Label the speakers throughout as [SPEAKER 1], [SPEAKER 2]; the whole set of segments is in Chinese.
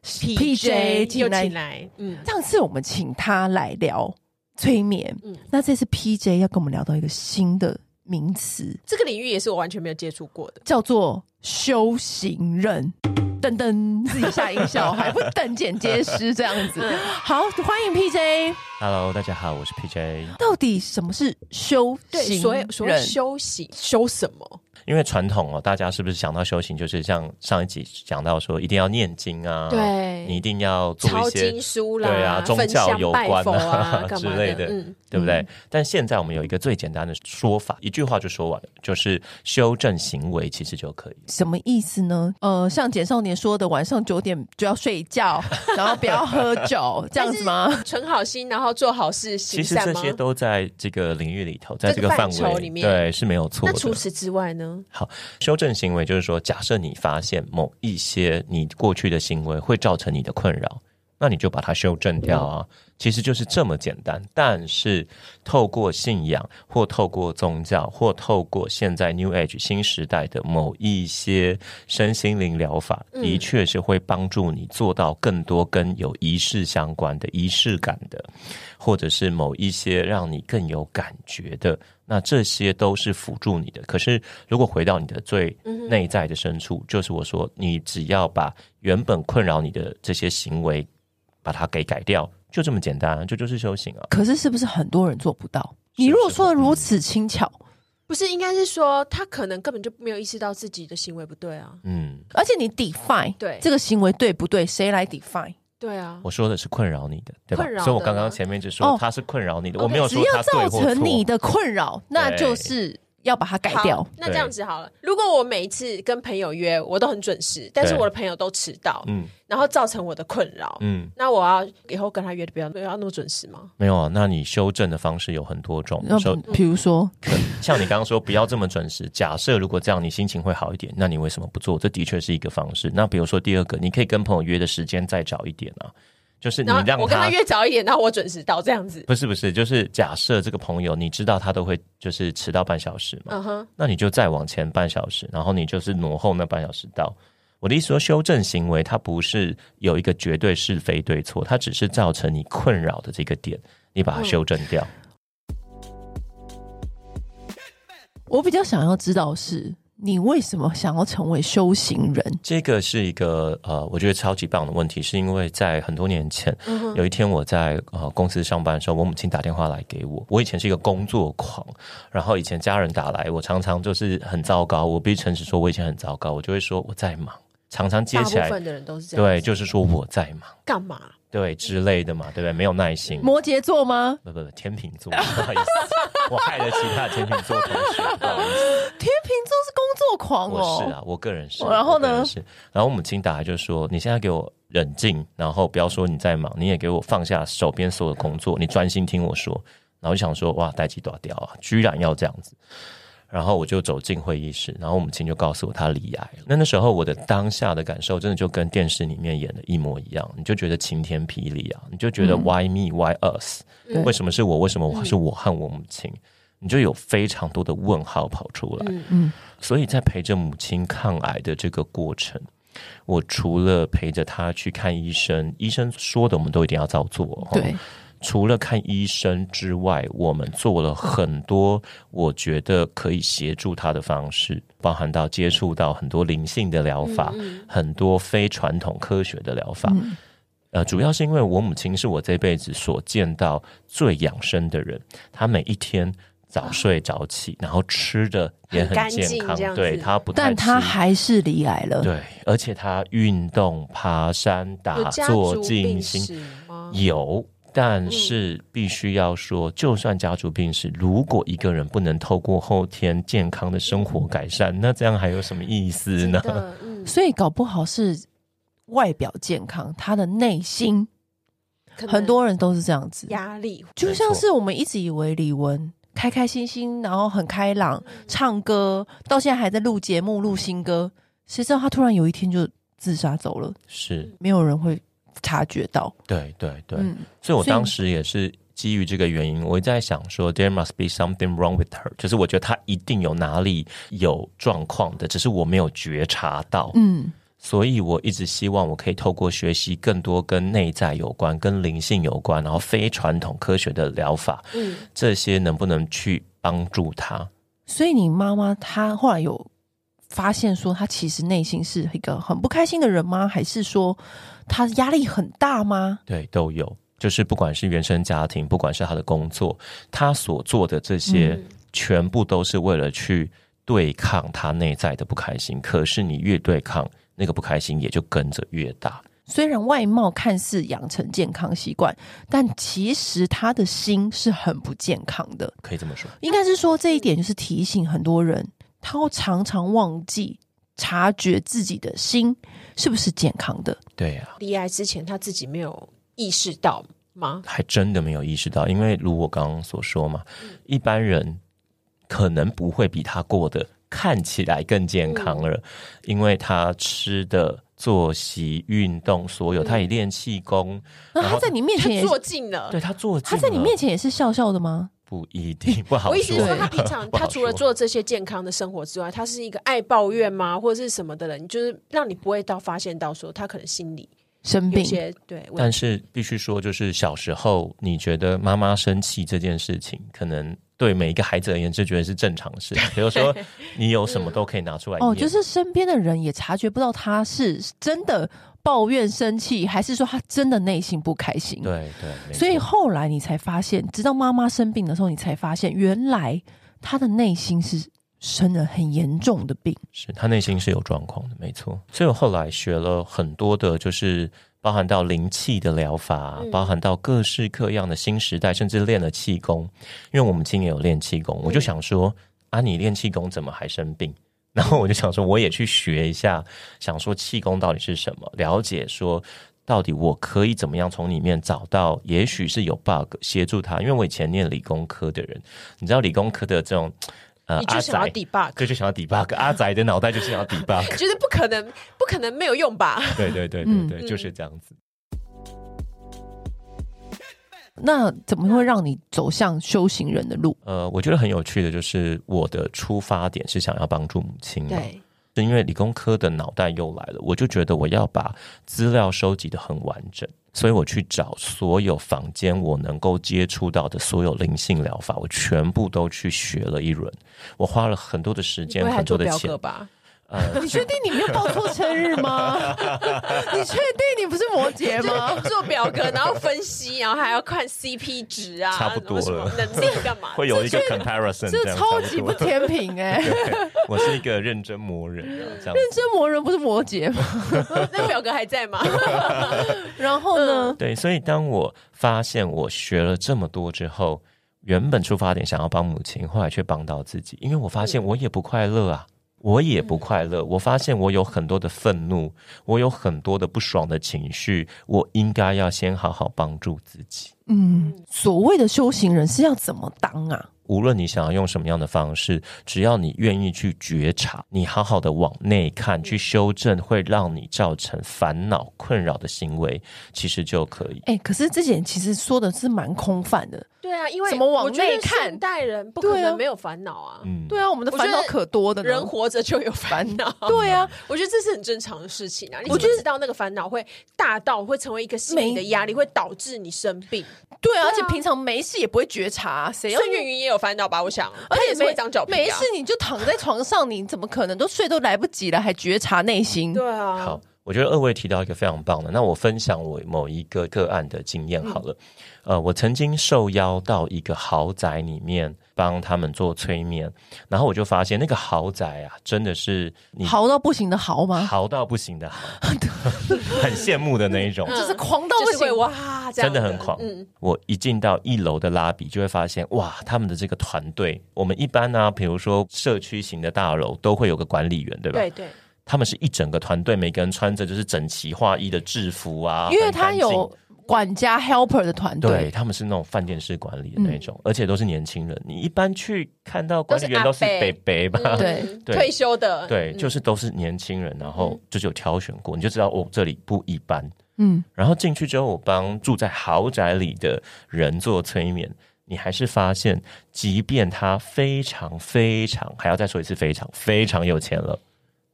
[SPEAKER 1] PJ
[SPEAKER 2] 又
[SPEAKER 1] 请来
[SPEAKER 2] 请。来，嗯，
[SPEAKER 1] 上次我们请他来聊催眠，
[SPEAKER 2] 嗯
[SPEAKER 1] 那这次 PJ 要跟我们聊到一个新的名词，
[SPEAKER 2] 这个领域也是我完全没有接触过的。
[SPEAKER 1] 叫做修行人。噔噔，自己下音效，还不等剪接师这样子。
[SPEAKER 2] 嗯
[SPEAKER 1] 好，欢迎 PJ。
[SPEAKER 3] Hello，大家好，我是 PJ。
[SPEAKER 1] 到底什么是修
[SPEAKER 2] 对，
[SPEAKER 1] 行
[SPEAKER 2] 所以所谓
[SPEAKER 1] 人？
[SPEAKER 2] 修行修什么？
[SPEAKER 3] 因为传统哦，大家是不是想到修行，就是像上一集讲到说，一定要念经啊，，
[SPEAKER 2] 对
[SPEAKER 3] 你一定要做
[SPEAKER 2] 抄
[SPEAKER 3] 一些
[SPEAKER 2] 经书啦，
[SPEAKER 3] 对啊，宗
[SPEAKER 2] 焚
[SPEAKER 3] 教
[SPEAKER 2] 香
[SPEAKER 3] 有
[SPEAKER 2] 拜
[SPEAKER 3] 关
[SPEAKER 2] 佛 啊干
[SPEAKER 3] 之
[SPEAKER 2] 嘛
[SPEAKER 3] 类的，
[SPEAKER 2] 嗯，
[SPEAKER 3] 对不对？但现在我们有一个最简单的说法，一句话就说完了，就是修正行为其实就可以。
[SPEAKER 1] 什么意思呢？呃，像简少年说的，晚上九点就要睡觉，然后不要喝酒，这样子 吗？
[SPEAKER 2] 存好心，然后做好事，
[SPEAKER 3] 其
[SPEAKER 2] 行
[SPEAKER 3] 实
[SPEAKER 2] 善
[SPEAKER 3] 这
[SPEAKER 2] 吗？
[SPEAKER 3] 些都在这个领域里头，在
[SPEAKER 2] 这
[SPEAKER 3] 这
[SPEAKER 2] 个
[SPEAKER 3] 个范
[SPEAKER 2] 范畴
[SPEAKER 3] 围
[SPEAKER 2] 里面
[SPEAKER 3] 对是没有错
[SPEAKER 2] 那
[SPEAKER 3] 的。
[SPEAKER 2] 除此之外呢？
[SPEAKER 3] 修正行为就是说，假设你发现某一些你过去的行为会造成你的困扰，那你就把它修正掉啊。其实就是这么简单。但是透过信仰，或透过宗教，或透过现在 New Age 新时代的某一些身心灵疗法，
[SPEAKER 2] 嗯
[SPEAKER 3] 的确是会帮助你做到更多跟有仪式相关的仪式感的，或者是某一些让你更有感觉的。那这些都是辅助你的。可是如果回到你的最
[SPEAKER 1] 嗯
[SPEAKER 3] 内在的深处，就是我说，你只要把原本困扰你的这些行为，把它给改掉，就这么简单、啊，这就是修行啊。
[SPEAKER 1] 可是是不是很多人做不到？
[SPEAKER 3] 是
[SPEAKER 1] 你如果说的如此轻巧，
[SPEAKER 2] 不是，应该是说他可能根本就没有意识到自己的行为不对啊。
[SPEAKER 3] 嗯，
[SPEAKER 1] 而且你 define
[SPEAKER 2] 对
[SPEAKER 1] 这个行为对不对，谁来 define？
[SPEAKER 2] 对啊，
[SPEAKER 3] 我说的是困扰你的，对吧
[SPEAKER 2] 困扰？的
[SPEAKER 3] 所以我刚刚前面就说
[SPEAKER 1] 哦
[SPEAKER 3] 它是困扰你的，
[SPEAKER 2] OK，
[SPEAKER 3] 我没有
[SPEAKER 1] 只
[SPEAKER 3] 说
[SPEAKER 1] 要
[SPEAKER 3] 它对
[SPEAKER 1] 造
[SPEAKER 3] 或错。
[SPEAKER 1] 成你的困扰，那就是要把它改掉
[SPEAKER 2] 好。那这样子好了，如果我每一次跟朋友约，我都很准时，但是
[SPEAKER 3] 对
[SPEAKER 2] 我的朋友都迟到，
[SPEAKER 3] 嗯
[SPEAKER 2] 然后造成我的困扰，
[SPEAKER 3] 嗯，
[SPEAKER 2] 那我要以后跟他约的不要不要那么准时吗？
[SPEAKER 3] 没有啊。那你修正的方式有很多种，
[SPEAKER 1] 那
[SPEAKER 3] 说
[SPEAKER 1] 比如说，
[SPEAKER 3] 像你刚刚说不要这么准时。假设如果这样你心情会好一点，那你为什么不做？这的确是一个方式。那比如说第二个，你可以跟朋友约的时间再早一点啊，就是你
[SPEAKER 2] 然后
[SPEAKER 3] 让他
[SPEAKER 2] 我跟他约早一点，然后我准时到这样子，
[SPEAKER 3] 不是不是，就是假设这个朋友你知道他都会就是迟到半小时嘛，
[SPEAKER 2] 嗯哼，
[SPEAKER 3] 那你就再往前半小时，然后你就是挪后那半小时到。我的意思说，修正行为它不是有一个绝对是非对错，它只是造成你困扰的这个点，你
[SPEAKER 2] 嗯
[SPEAKER 3] 把它修正掉。
[SPEAKER 1] 我比较想要知道的是你为什么想要成为修行人？
[SPEAKER 3] 这个是一个呃，我觉得超级棒的问题，是因为在很多年前，
[SPEAKER 2] 嗯哼，
[SPEAKER 3] 有一天我在呃公司上班的时候，我母亲打电话来给我。我以前是一个工作狂，然后以前家人打来，我常常就是很糟糕。我必须诚实说，我以前很糟糕，我就会说我在忙，常常接
[SPEAKER 2] 大
[SPEAKER 3] 起来
[SPEAKER 2] 部分的人都是这样，
[SPEAKER 3] 对，就是说我在忙，
[SPEAKER 2] 干嘛？
[SPEAKER 3] 对之类的嘛，对不对？没有耐心。
[SPEAKER 1] 摩羯座吗？
[SPEAKER 3] 不不不，天秤座，不好意思，我害了其他天秤座同学，不好意思，
[SPEAKER 1] 天秤座是工作狂
[SPEAKER 3] 我
[SPEAKER 1] 哦。
[SPEAKER 3] 是啊，我个人是。
[SPEAKER 1] 然后呢
[SPEAKER 3] 我个人是，然后我母亲打来就说：“你现在给我冷静，然后不要说你在忙，你也给我放下手边所有的工作，你专心听我说。”然后就想说：“哇，待机多掉啊，居然要这样子。”然后我就走进会议室，然后我母亲就告诉我她离癌了。那那时候我的当下的感受，真的就跟电视里面演的一模一样，你就觉得晴天霹雳啊，你就觉得
[SPEAKER 1] 嗯
[SPEAKER 3] Why me? Why us？、
[SPEAKER 2] 嗯
[SPEAKER 3] 为什么是我？为什么我是我和我母亲？你就有非常多的问号跑出来。
[SPEAKER 2] 嗯，
[SPEAKER 1] 嗯，
[SPEAKER 3] 所以在陪着母亲抗癌的这个过程，我除了陪着她去看医生，医生说的我们都一定要照做。哦
[SPEAKER 1] 对，
[SPEAKER 3] 除了看医生之外，我们做了很多我觉得可以协助他的方式，包含到接触到很多灵性的疗法，
[SPEAKER 2] 嗯
[SPEAKER 3] 很多非传统科学的疗法。
[SPEAKER 1] 嗯
[SPEAKER 3] 呃，主要是因为我母亲是我这辈子所见到最养生的人，她每一天早睡早起，然后吃的也
[SPEAKER 2] 啊很干
[SPEAKER 3] 很健
[SPEAKER 2] 净
[SPEAKER 3] 康
[SPEAKER 2] 这样，
[SPEAKER 3] 对
[SPEAKER 2] 子
[SPEAKER 3] 她不太
[SPEAKER 1] 但他
[SPEAKER 3] 吃
[SPEAKER 1] 还是离癌了。
[SPEAKER 3] 对，而且她运动、爬山、打
[SPEAKER 2] 有家
[SPEAKER 3] 坐、
[SPEAKER 2] 族
[SPEAKER 3] 静
[SPEAKER 2] 病
[SPEAKER 3] 心，
[SPEAKER 2] 史吗？嗯
[SPEAKER 3] 有，但是必须要说，就算家族病史，如果一个人不能透过后天健康的生活改善，那这样还有什么意思
[SPEAKER 2] 真
[SPEAKER 3] 呢？
[SPEAKER 2] 的，嗯，
[SPEAKER 1] 所以搞不好是外表健康，他的内心
[SPEAKER 2] 可能
[SPEAKER 1] 很多人都是这样子，
[SPEAKER 2] 压力，
[SPEAKER 1] 就像是我们一直以为李玟开开心心，然后很开朗，唱歌，到现在还在录节目、录新歌，谁知道他突然有一天就自杀走了，
[SPEAKER 3] 是，
[SPEAKER 1] 没有人会察觉到。
[SPEAKER 3] 对对对。
[SPEAKER 1] 嗯，
[SPEAKER 3] 所以我
[SPEAKER 1] 所以
[SPEAKER 3] 当时也是基于这个原因，我在想说，there must be something wrong with her，就是我觉得她一定有哪里有状况的，只是我没有觉察到。
[SPEAKER 1] 嗯，
[SPEAKER 3] 所以我一直希望我可以透过学习更多跟内在有关、跟灵性有关，然后非传统科学的疗法，
[SPEAKER 2] 嗯，
[SPEAKER 3] 这些能不能去帮助她？
[SPEAKER 1] 所以你妈妈她后来有发现说，她其实内心是一个很不开心的人吗？还是说她压力很大吗？
[SPEAKER 3] 对，都有。就是不管是原生家庭，不管是她的工作，她所做的这些
[SPEAKER 2] 嗯
[SPEAKER 3] 全部都是为了去对抗他内在的不开心。可是你越对抗，那个不开心也就跟着越大。
[SPEAKER 1] 虽然外貌看似养成健康习惯，但其实她的心是很不健康的。
[SPEAKER 3] 可以这么说，
[SPEAKER 1] 应该是说这一点就是提醒很多人，他会常常忘记察觉自己的心是不是健康的。
[SPEAKER 3] 对啊，
[SPEAKER 2] 离癌之前他自己没有意识到吗？
[SPEAKER 3] 还真的没有意识到，因为如我刚刚所说嘛，一般人可能不会比他过得看起来更健康了，因为他吃的、作息、运动，所有他也练气功，
[SPEAKER 1] 那
[SPEAKER 3] 然
[SPEAKER 1] 他
[SPEAKER 3] 后
[SPEAKER 1] 在你面
[SPEAKER 2] 他
[SPEAKER 1] 前也
[SPEAKER 2] 做尽了
[SPEAKER 3] 对。他做
[SPEAKER 1] 他在你面
[SPEAKER 3] 前
[SPEAKER 1] 前也是笑笑的吗？
[SPEAKER 3] 不一 定不好
[SPEAKER 2] 我意思是说，
[SPEAKER 1] 对
[SPEAKER 2] 他平常
[SPEAKER 3] 不好
[SPEAKER 2] 他除了
[SPEAKER 3] 说
[SPEAKER 2] 做这些健康的生活之外，他是一个爱抱怨吗，或者是什么的人，就是让你不会到发现到说他可能心里
[SPEAKER 1] 生
[SPEAKER 2] 有
[SPEAKER 1] 病，
[SPEAKER 2] 些对，我
[SPEAKER 3] 但是必须说，就是小时候你觉得妈妈生气这件事情，可能对每一个孩子而言，这觉得是正常事。比如说，你有什么都可以拿出来
[SPEAKER 1] 哦，
[SPEAKER 3] 念
[SPEAKER 1] 就是身边的人也察觉不到他是真的抱怨生气，还是说他真的内心不开心。，
[SPEAKER 3] 对对，
[SPEAKER 1] 所以
[SPEAKER 3] 没错
[SPEAKER 1] 后来你才发现，直到妈妈生病的时候，你才发现原来他的内心是生了很严重的病。
[SPEAKER 3] 是他内心是有状况的，没错。所以我后来学了很多的，就是包含到灵气的疗法，
[SPEAKER 2] 嗯
[SPEAKER 3] 包含到各式各样的新时代，甚至练了气功。因为我母亲也有练气功，
[SPEAKER 2] 嗯
[SPEAKER 3] 我就想说，啊，你练气功怎么还生病？ 然后我就想说，我也去学一下，想说气功到底是什么，了解说到底我可以怎么样从里面找到，也许是有 bug 协助他。因为我以前念理工科的人，你知道理工科的这种呃
[SPEAKER 2] 你
[SPEAKER 3] 阿
[SPEAKER 2] 就想要
[SPEAKER 3] 宅
[SPEAKER 2] debug，
[SPEAKER 3] 哥就想 要 debug，阿仔的脑袋就想要 debug，
[SPEAKER 2] 觉得不可能，不可能没有用吧？
[SPEAKER 3] 对对对
[SPEAKER 2] 嗯
[SPEAKER 3] 对对，就是这样子。
[SPEAKER 1] 那怎么会让你走向修行人的路？
[SPEAKER 3] 呃，我觉得很有趣的就是我的出发点是想要帮助母亲嘛，
[SPEAKER 2] 对，
[SPEAKER 3] 是因为理工科的脑袋又来了，我就觉得我要把资料收集的很完整。所以我去找所有坊间我能够接触到的所有灵性疗法，我全部都去学了一轮。我花了很多的时
[SPEAKER 2] 你不
[SPEAKER 3] 间，
[SPEAKER 2] 会还
[SPEAKER 3] 很多
[SPEAKER 2] 做
[SPEAKER 3] 的
[SPEAKER 2] 表
[SPEAKER 3] 钱
[SPEAKER 2] 格。吧？
[SPEAKER 3] 呃
[SPEAKER 1] 你确定你没有报错生日吗？ 你确定你不是摩羯吗？
[SPEAKER 2] 就是哦做表格，然后分析，然后还要看 CP 值啊，
[SPEAKER 3] 差不多
[SPEAKER 2] 然后什么
[SPEAKER 3] 了
[SPEAKER 2] 能力干嘛？
[SPEAKER 3] 会有一个
[SPEAKER 1] 这
[SPEAKER 3] comparison，
[SPEAKER 1] 这
[SPEAKER 3] 这样
[SPEAKER 1] 超
[SPEAKER 3] 差
[SPEAKER 1] 级不
[SPEAKER 3] 多
[SPEAKER 1] 天平 哎、
[SPEAKER 3] 对我是一个认真磨人啊，这样子。
[SPEAKER 1] 这魔人不是摩羯吗？
[SPEAKER 2] 那表格还在 吗？
[SPEAKER 1] 然后呢？
[SPEAKER 3] 对，所以当我发现我学了这么多之后，原本出发点想要帮母亲，后来却帮到自己，因为我发现我也不快乐啊。我也不快乐，我发现我有很多的愤怒，我有很多的不爽的情绪，我应该要先好好帮助自己。
[SPEAKER 1] 嗯，所谓的修行人是要怎么当啊？
[SPEAKER 3] 无论你想要用什么样的方式，只要你愿意去觉察，你好好的往内看，去修正会让你造成烦恼困扰的行为，其实就可以。
[SPEAKER 1] 哎、可是这点其实说的是蛮空泛的。
[SPEAKER 2] 对啊，因为
[SPEAKER 1] 怎么往
[SPEAKER 2] 我觉得
[SPEAKER 1] 内看
[SPEAKER 2] 现代人不
[SPEAKER 1] 对啊
[SPEAKER 2] 可能没有烦恼啊，
[SPEAKER 3] 嗯，
[SPEAKER 1] 对啊，我们的烦恼可多的呢
[SPEAKER 2] 人活着就有烦恼。
[SPEAKER 1] 对啊，
[SPEAKER 2] 我觉得这是很正常的事情啊。你
[SPEAKER 1] 我
[SPEAKER 2] 我
[SPEAKER 1] 觉
[SPEAKER 2] 就
[SPEAKER 1] 得
[SPEAKER 2] 知道那个烦恼会大到会成为一个心理的压力，会导致你生病。
[SPEAKER 1] 对啊，而且平常没事也不会觉察、谁要
[SPEAKER 2] 孙运云也有烦恼吧？我想，
[SPEAKER 1] 而
[SPEAKER 2] 他
[SPEAKER 1] 且
[SPEAKER 2] 也是
[SPEAKER 1] 没
[SPEAKER 2] 会长脚皮、啊。
[SPEAKER 1] 没事你就躺在床上，你怎么可能都睡都来不及了，还觉察内心？
[SPEAKER 2] 对啊，
[SPEAKER 3] 好，我觉得二位提到一个非常棒的，那我分享我某一个个案的经验好了。
[SPEAKER 2] 嗯
[SPEAKER 3] 呃，我曾经受邀到一个豪宅里面帮他们做催眠，然后我就发现那个豪宅啊，真的是你
[SPEAKER 1] 豪到不行的豪吗？
[SPEAKER 3] 豪到不行 的豪，很羡慕的那一种。
[SPEAKER 1] 就是
[SPEAKER 2] 嗯
[SPEAKER 1] 狂到
[SPEAKER 2] 就
[SPEAKER 1] 不
[SPEAKER 2] 是
[SPEAKER 1] 行
[SPEAKER 2] 会，哇，这样
[SPEAKER 3] 真的很狂
[SPEAKER 2] 嗯，
[SPEAKER 3] 我一进到一楼的拉比，就会发现哇，他们的这个团队，我们一般呢、比如说社区型的大楼都会有个管理员，对吧？
[SPEAKER 2] 对对，
[SPEAKER 3] 他们是一整个团队，每个人穿着就是整齐划一的制服啊，
[SPEAKER 1] 因为
[SPEAKER 3] 很
[SPEAKER 1] 他
[SPEAKER 3] 干净
[SPEAKER 1] 有管家 helper 的团
[SPEAKER 3] 对，
[SPEAKER 1] 队，
[SPEAKER 3] 他们是那种饭店式管理的那种，而且都是年轻人。你一般去看到管理员都
[SPEAKER 2] 都
[SPEAKER 3] 是
[SPEAKER 2] 是阿伯
[SPEAKER 3] 北北 吧？
[SPEAKER 2] 嗯
[SPEAKER 1] 对
[SPEAKER 3] 对
[SPEAKER 2] 退休的，
[SPEAKER 3] 对，
[SPEAKER 2] 嗯
[SPEAKER 3] 就是都是年轻人，然后
[SPEAKER 2] 嗯
[SPEAKER 3] 就是有挑选过，你就知道哦，这里不一般。
[SPEAKER 1] 嗯，
[SPEAKER 3] 然后进去之后，我帮住在豪宅里的人做催眠，你还是发现，即便他非常非常，还要再说一次，非常非常有钱了，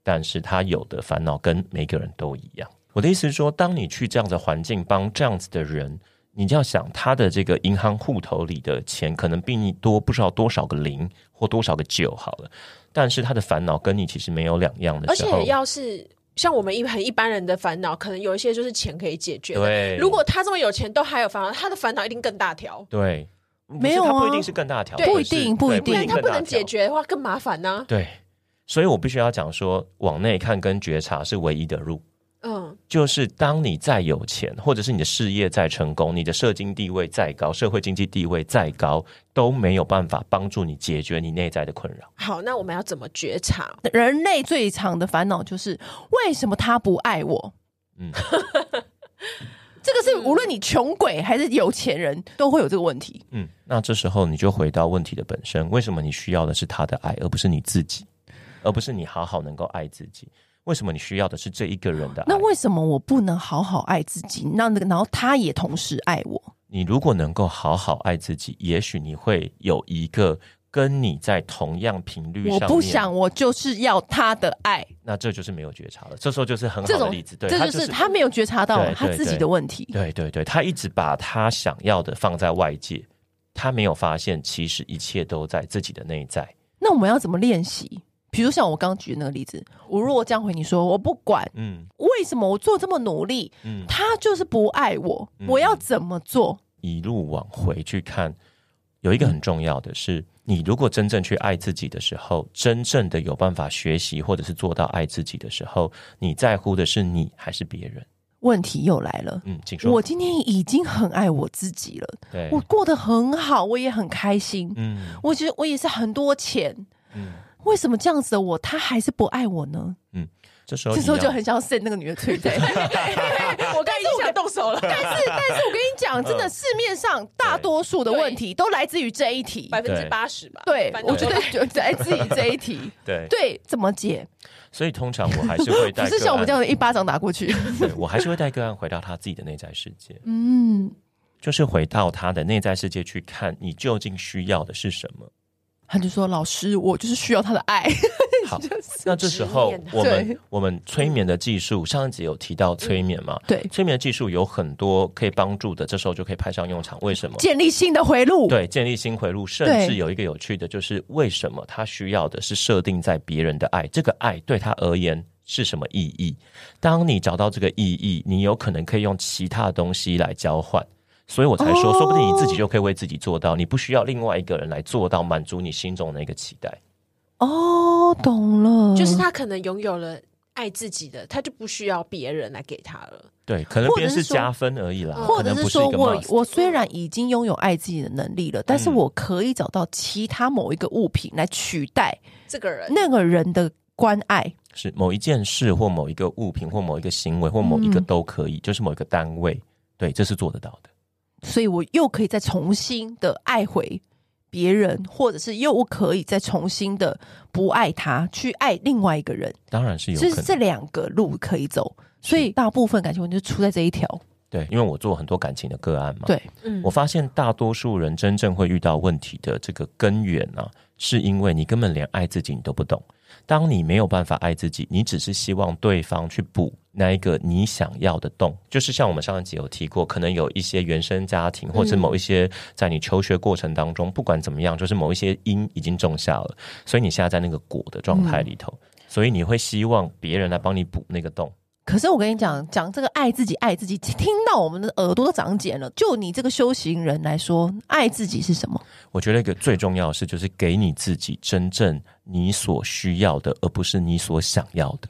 [SPEAKER 3] 但是他有的烦恼跟每个人都一样。我的意思是说，当你去这样的环境帮这样子的人，你就要想他的这个银行户头里的钱可能比你多不知道多少个零或多少个九好了，但是他的烦恼跟你其实没有两样的
[SPEAKER 2] 而
[SPEAKER 3] 时候
[SPEAKER 2] 且，要是像我们一很一般人的烦恼，可能有一些就是钱可以解决的。
[SPEAKER 3] 对，
[SPEAKER 2] 如果他这么有钱都还有烦恼，他的烦恼一定更大条。
[SPEAKER 3] 对，
[SPEAKER 1] 没有
[SPEAKER 3] 不是它不
[SPEAKER 1] 啊
[SPEAKER 3] 一定是更大条，
[SPEAKER 2] 对
[SPEAKER 3] 可是
[SPEAKER 1] 不一定不
[SPEAKER 3] 对
[SPEAKER 1] 一定
[SPEAKER 3] 不
[SPEAKER 2] 但
[SPEAKER 3] 一
[SPEAKER 2] 他
[SPEAKER 3] 定更
[SPEAKER 2] 不
[SPEAKER 3] 大
[SPEAKER 2] 能
[SPEAKER 3] 条
[SPEAKER 2] 解。决的话，更麻烦呢、
[SPEAKER 3] 对，所以我必须要讲说，往内看跟觉察是唯一的路。
[SPEAKER 2] 嗯，
[SPEAKER 3] 就是当你再有钱，或者是你的事业再成功，你的社经地位再高，社会经济地位再高，都没有办法帮助你解决你内在的困扰。
[SPEAKER 2] 好，那我们要怎么觉 察？
[SPEAKER 1] 人类最常的烦恼就是为什么他不爱我？
[SPEAKER 3] 嗯，
[SPEAKER 1] 这个是无论你穷鬼还是有钱人都会有这个问题。
[SPEAKER 3] 嗯，那这时候你就回到问题的本身，为什么你需要的是他的爱，而不是你自己，而不是你好好能够爱自己？为什么你需要的是这一个人的爱？
[SPEAKER 1] 那为什么我不能好好爱自己？那那个，然后他也同时爱我，
[SPEAKER 3] 你如果能够好好爱自己，也许你会有一个跟你在同样频率
[SPEAKER 1] 我
[SPEAKER 3] 上面。
[SPEAKER 1] 不想，我就是要他的爱。
[SPEAKER 3] 那这就是没有觉察了。这时候就是很好
[SPEAKER 1] 这
[SPEAKER 3] 的
[SPEAKER 1] 种
[SPEAKER 3] 例子，对，
[SPEAKER 1] 这
[SPEAKER 3] 他
[SPEAKER 1] 就是他没有觉察到
[SPEAKER 3] 对
[SPEAKER 1] 他
[SPEAKER 3] 对
[SPEAKER 1] 自己
[SPEAKER 3] 对
[SPEAKER 1] 的问题。
[SPEAKER 3] 对对对，他一直把他想要的放在外界，他没有发现其实一切都在自己的内在。
[SPEAKER 1] 那我们要怎么练习？比如像我刚举的那个例子，我如果这样回你说，我不管
[SPEAKER 3] 嗯
[SPEAKER 1] 为什么我做这么努力，
[SPEAKER 3] 嗯，
[SPEAKER 1] 他就是不爱我，
[SPEAKER 3] 嗯
[SPEAKER 1] 我要怎么做？
[SPEAKER 3] 一路往回去看，有一个很重要的是，你如果真正去爱自己的时候，真正的有办法学习或者是做到爱自己的时候，你在乎的是你还是别人？
[SPEAKER 1] 问题又来了。
[SPEAKER 3] 嗯，请说。
[SPEAKER 1] 我今天已经很爱我自己了，
[SPEAKER 3] 对，
[SPEAKER 1] 我过得很好，我也很开心，
[SPEAKER 3] 嗯
[SPEAKER 1] 我觉得我也是很多钱。
[SPEAKER 3] 嗯，
[SPEAKER 1] 为什么这样子的我，他还是不爱我呢？
[SPEAKER 3] 这时候
[SPEAKER 1] 这时候
[SPEAKER 3] 一
[SPEAKER 1] 就
[SPEAKER 3] 样
[SPEAKER 1] 很想 send 那个女的催泪。
[SPEAKER 2] 我刚已经想动手了，
[SPEAKER 1] 但是，但是我跟你讲，真
[SPEAKER 3] 嗯
[SPEAKER 1] 的，市面上大多数的问题都来自于这一题。
[SPEAKER 2] 百分之八十吧。
[SPEAKER 1] 对
[SPEAKER 2] 反，正
[SPEAKER 1] 我觉得就来自于这一题。
[SPEAKER 3] 对，
[SPEAKER 1] 对，怎么解？
[SPEAKER 3] 所以通常我还 是会
[SPEAKER 1] 不
[SPEAKER 3] 带
[SPEAKER 1] 是
[SPEAKER 3] 个
[SPEAKER 1] 像我
[SPEAKER 3] 案
[SPEAKER 1] 们这样的一巴掌打过去。
[SPEAKER 3] 对我还是会带个案回到他自己的内在世界，
[SPEAKER 1] 嗯，
[SPEAKER 3] 就是回到他的内在世界去看你究竟需要的是什 么。
[SPEAKER 1] 他就说：“老师，我就是需要他的爱。
[SPEAKER 3] 好
[SPEAKER 1] 就是
[SPEAKER 3] 那这时候
[SPEAKER 2] 执念
[SPEAKER 3] 我
[SPEAKER 1] 对
[SPEAKER 3] 们我们催眠的技术，上一集有提到催眠嘛？
[SPEAKER 1] 对，
[SPEAKER 3] 催眠技术有很多可以帮助的，这时候就可以派上用场。为什么？
[SPEAKER 1] 建立新的回路。
[SPEAKER 3] 对，建立新回路，甚至有一个有趣的，就是为什么他需要的是设定在别人的爱，这个爱对他而言是什么意义？当你找到这个意义，你有可能可以用其他的东西来交换。所以我才说，
[SPEAKER 1] 哦
[SPEAKER 3] 说不定你自己就可以为自己做到，你不需要另外一个人来做到满足你心中的那个期待。
[SPEAKER 1] 哦，懂了，
[SPEAKER 2] 就是他可能拥有了爱自己的，他就不需要别人来给他了。
[SPEAKER 3] 对，可能
[SPEAKER 1] 或者
[SPEAKER 3] 别人
[SPEAKER 1] 是
[SPEAKER 3] 是
[SPEAKER 1] 说
[SPEAKER 3] 加分而已啦，
[SPEAKER 1] 或
[SPEAKER 3] 可
[SPEAKER 1] 者
[SPEAKER 3] 能
[SPEAKER 1] 是
[SPEAKER 3] 不是
[SPEAKER 1] 说
[SPEAKER 3] 一个
[SPEAKER 1] 我
[SPEAKER 3] must。
[SPEAKER 1] 我虽然已经拥有爱自己的能力了，但是
[SPEAKER 3] 嗯
[SPEAKER 1] 我可以找到其他某一个物品来取代
[SPEAKER 2] 这个人，
[SPEAKER 1] 那个人的关爱。
[SPEAKER 3] 是某一件事或某一个物品或某一个行为或某一个
[SPEAKER 1] 嗯
[SPEAKER 3] 都可以，就是某一个单位，对，这是做得到的。
[SPEAKER 1] 所以我又可以再重新的爱回别人，或者是又可以再重新的不爱他，去爱另外一个人，
[SPEAKER 3] 当然是有可
[SPEAKER 1] 就
[SPEAKER 3] 能
[SPEAKER 1] 是
[SPEAKER 3] 的。
[SPEAKER 1] 这两个路可以走。所以大部分感情问题就出在这一条。
[SPEAKER 3] 对，因为我做很多感情的个案嘛，
[SPEAKER 1] 对，
[SPEAKER 2] 嗯
[SPEAKER 3] 我发现大多数人真正会遇到问题的这个根源啊，是因为你根本连爱自己你都不懂。当你没有办法爱自己，你只是希望对方去补那一个你想要的洞，就是像我们上一集有提过，可能有一些原生家庭，或是某一些在你求学过程当中，不管怎么样，就是某一些因已经种下了，所以你现在在那个果的状态里头，所以你会希望别人来帮你补那个洞。
[SPEAKER 1] 可是我跟你讲，讲这个爱自己，爱自己，听到我们的耳朵都长茧了。就你这个修行人来说，爱自己是什么？
[SPEAKER 3] 我觉得一个最重要的是，就是给你自己真正你所需要的，而不是你所想要的。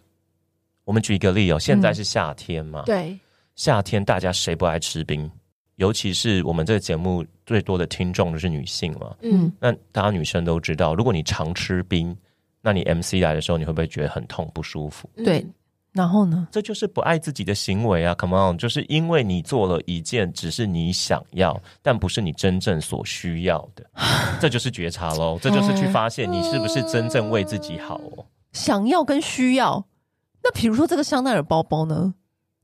[SPEAKER 3] 我们举一个例哦，现在是夏天嘛，
[SPEAKER 2] 对，
[SPEAKER 3] 夏天大家谁不爱吃冰？尤其是我们这个节目最多的听众就是女性嘛，
[SPEAKER 1] 嗯
[SPEAKER 2] 嗯，
[SPEAKER 3] 那大家女生都知道，如果你常吃冰，那你 MC 来的时候，你会不会觉得很痛不舒服？
[SPEAKER 2] 嗯
[SPEAKER 1] 对然后呢？
[SPEAKER 3] 这就是不爱自己的行为啊！Come on，就是因为你做了一件只是你想要，但不是你真正所需要的， 这就是觉察喽。这就是去发现你是不是真正为自己好哦。
[SPEAKER 1] 想要跟需要。那比如说这个香奈儿包包呢，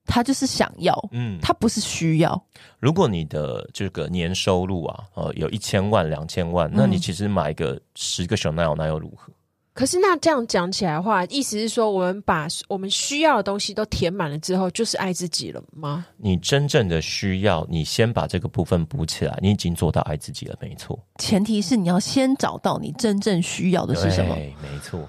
[SPEAKER 1] 它就是想要，
[SPEAKER 3] 嗯，
[SPEAKER 1] 它不是需要。
[SPEAKER 3] 如果你的这个年收入啊，呃，有一千万、两千万，那
[SPEAKER 1] 嗯
[SPEAKER 3] 你其实买一个十个 Chanel 那又如何？
[SPEAKER 2] 可是那这样讲起来的话，意思是说，我们把我们需要的东西都填满了之后，就是爱自己了吗？
[SPEAKER 3] 你真正的需要，你先把这个部分补起来，你已经做到爱自己了，没错。
[SPEAKER 1] 前提是你要先找到你真正需要的是什么
[SPEAKER 3] 对。？没错。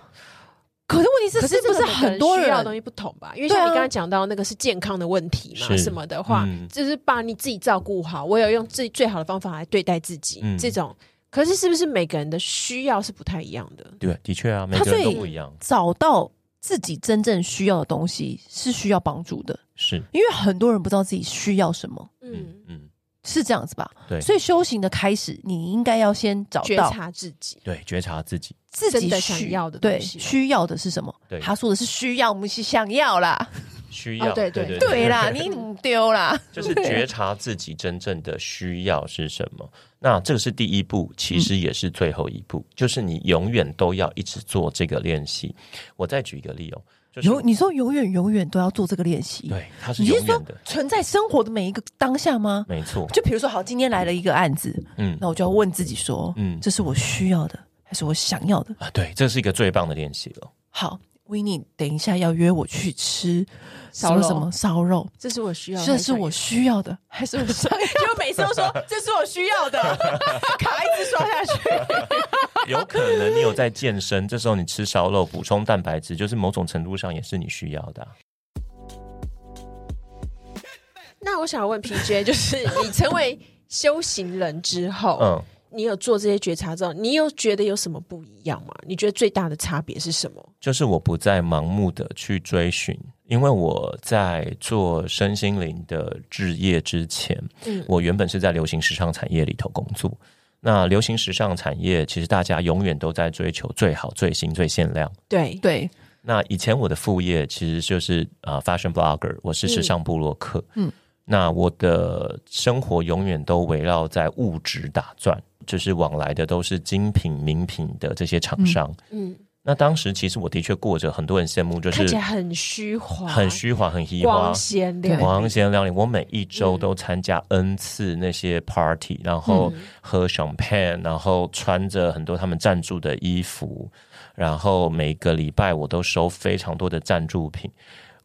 [SPEAKER 1] 可是问题是，
[SPEAKER 2] 可
[SPEAKER 1] 是
[SPEAKER 2] 这
[SPEAKER 1] 不
[SPEAKER 2] 个
[SPEAKER 1] 是
[SPEAKER 2] 每个
[SPEAKER 1] 很多
[SPEAKER 2] 需要的
[SPEAKER 1] 人
[SPEAKER 2] 东西不同吧？因为
[SPEAKER 1] 对
[SPEAKER 2] 像
[SPEAKER 1] 啊
[SPEAKER 2] 你刚才讲到那个是健康的问题嘛，
[SPEAKER 3] 是
[SPEAKER 2] 什么的话，
[SPEAKER 3] 嗯
[SPEAKER 2] 就是把你自己照顾好，我有用自己最好的方法来对待自己，
[SPEAKER 3] 嗯
[SPEAKER 2] 这种。可是是不是每个人的需要是不太一样的？
[SPEAKER 3] 对，的确啊，每个
[SPEAKER 1] 所
[SPEAKER 3] 人
[SPEAKER 1] 以
[SPEAKER 3] 都不一样，
[SPEAKER 1] 找到自己真正需要的东西是需要帮助的，
[SPEAKER 3] 是，
[SPEAKER 1] 因为很多人不知道自己需要什么，
[SPEAKER 3] 嗯
[SPEAKER 2] 嗯，
[SPEAKER 3] 嗯，
[SPEAKER 1] 是这样子吧？
[SPEAKER 3] 对
[SPEAKER 1] 所以修行的开始，你应该要先找
[SPEAKER 2] 觉
[SPEAKER 1] 到
[SPEAKER 2] 察自己，
[SPEAKER 3] 对，觉察自己。
[SPEAKER 1] 自己
[SPEAKER 2] 真的
[SPEAKER 1] 需
[SPEAKER 2] 想要的
[SPEAKER 1] 对，
[SPEAKER 2] 东西
[SPEAKER 1] 需要的是什么？
[SPEAKER 3] 对
[SPEAKER 1] 他说的是需要，我们是想要啦，
[SPEAKER 3] 需要，
[SPEAKER 2] 哦对对
[SPEAKER 1] 对啦，你丢啦，
[SPEAKER 3] 就是觉察自己真正的需要是什么。那这个是第一步，其实也是最后一步，就是你永远都要一直做这个练习。我再举一个例哦，就是
[SPEAKER 1] 永你说永远永远都要做这个练习，
[SPEAKER 3] 对，它是
[SPEAKER 1] 你是
[SPEAKER 3] 永
[SPEAKER 1] 说
[SPEAKER 3] 远的，
[SPEAKER 1] 存在生活的每一个当下吗？
[SPEAKER 3] 没错，
[SPEAKER 1] 就比如说，好，今天来了一个案子，
[SPEAKER 3] 嗯
[SPEAKER 1] 那我就要问自己说，
[SPEAKER 3] 嗯
[SPEAKER 1] 这是我需要的还是我想要的？
[SPEAKER 3] 啊，对，这是一个最棒的练习了。
[SPEAKER 1] 好维尼，等一下要约我去吃
[SPEAKER 2] 烧肉
[SPEAKER 1] 什么烧肉？
[SPEAKER 2] 这是我需要的，
[SPEAKER 1] 这是我需要 的还是我想要？就每次都说这是我需要的，卡一直刷下去。
[SPEAKER 3] 有可能你有在健身，这时候你吃烧肉补充蛋白质，就是某种程度上也是你需要的啊、
[SPEAKER 2] 那我想问 PJ，就是你成为修行人之
[SPEAKER 1] 哦
[SPEAKER 2] 后，
[SPEAKER 3] 嗯。
[SPEAKER 2] 你有做这些觉察之后，你有觉得有什么不一样吗？你觉得最大的差别是什么？
[SPEAKER 3] 就是我不再盲目的去追寻，因为我在做身心灵的置业之前，
[SPEAKER 2] 嗯
[SPEAKER 3] 我原本是在流行时尚产业里头工作。那流行时尚产业，其实大家永远都在追求最好、最新、最限量。
[SPEAKER 2] 对，
[SPEAKER 1] 对，
[SPEAKER 3] 那以前我的副业其实就是啊、呃 fashion blogger，我是时尚部落客。
[SPEAKER 1] 嗯
[SPEAKER 3] 嗯，那我的生活永远都围绕在物质打转，就是往来的都是精品、名品的这些厂商。
[SPEAKER 2] 嗯，
[SPEAKER 3] 那当时其实我的确过着很多人羡慕，就
[SPEAKER 2] 看起
[SPEAKER 3] 是
[SPEAKER 2] 来很虚华，
[SPEAKER 3] 很虚华、很虚华
[SPEAKER 2] 光、鲜嗯亮丽，
[SPEAKER 3] 光鲜亮丽。我每一周都参加 N 次那些 party，、然后
[SPEAKER 2] 嗯
[SPEAKER 3] 喝 champagne，然后穿着很多他们赞助的衣服，然后每个礼拜我都收非常多的赞助品。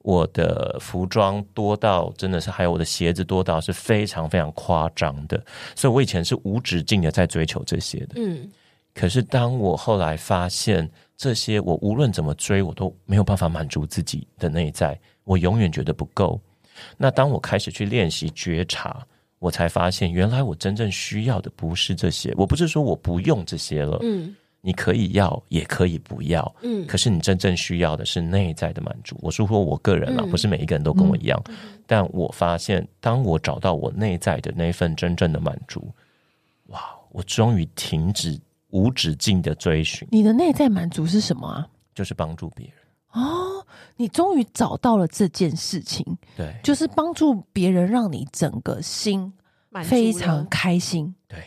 [SPEAKER 3] 我的服装多到真的是，还有我的鞋子多到是非常非常夸张的，所以我以前是无止境的在追求这些的。
[SPEAKER 2] 嗯，
[SPEAKER 3] 可是当我后来发现这些，我无论怎么追，我都没有办法满足自己的内在，我永远觉得不够。那当我开始去练习觉察，我才发现原来我真正需要的不是这些。我不是说我不用这些了，
[SPEAKER 2] 嗯
[SPEAKER 3] 你可以要，也可以不要。
[SPEAKER 2] 嗯
[SPEAKER 3] 可是你真正需要的是内在的满足。我是说我个人啦，
[SPEAKER 2] 嗯
[SPEAKER 3] 不是每一个人都跟我一样。但我发现，当我找到我内在的那份真正的满足，哇，我终于停止无止境的追寻，
[SPEAKER 1] 你的内在满足是什么啊？
[SPEAKER 3] 就是帮助别人。
[SPEAKER 1] 哦，你终于找到了这件事情，
[SPEAKER 3] 对
[SPEAKER 1] 就是帮助别人，让你整个心
[SPEAKER 2] 满足了
[SPEAKER 1] 非常开心，
[SPEAKER 3] 对，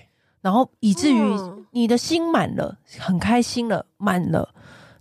[SPEAKER 1] 然后以至于
[SPEAKER 2] 嗯
[SPEAKER 1] 你的心满了，很开心了，满了，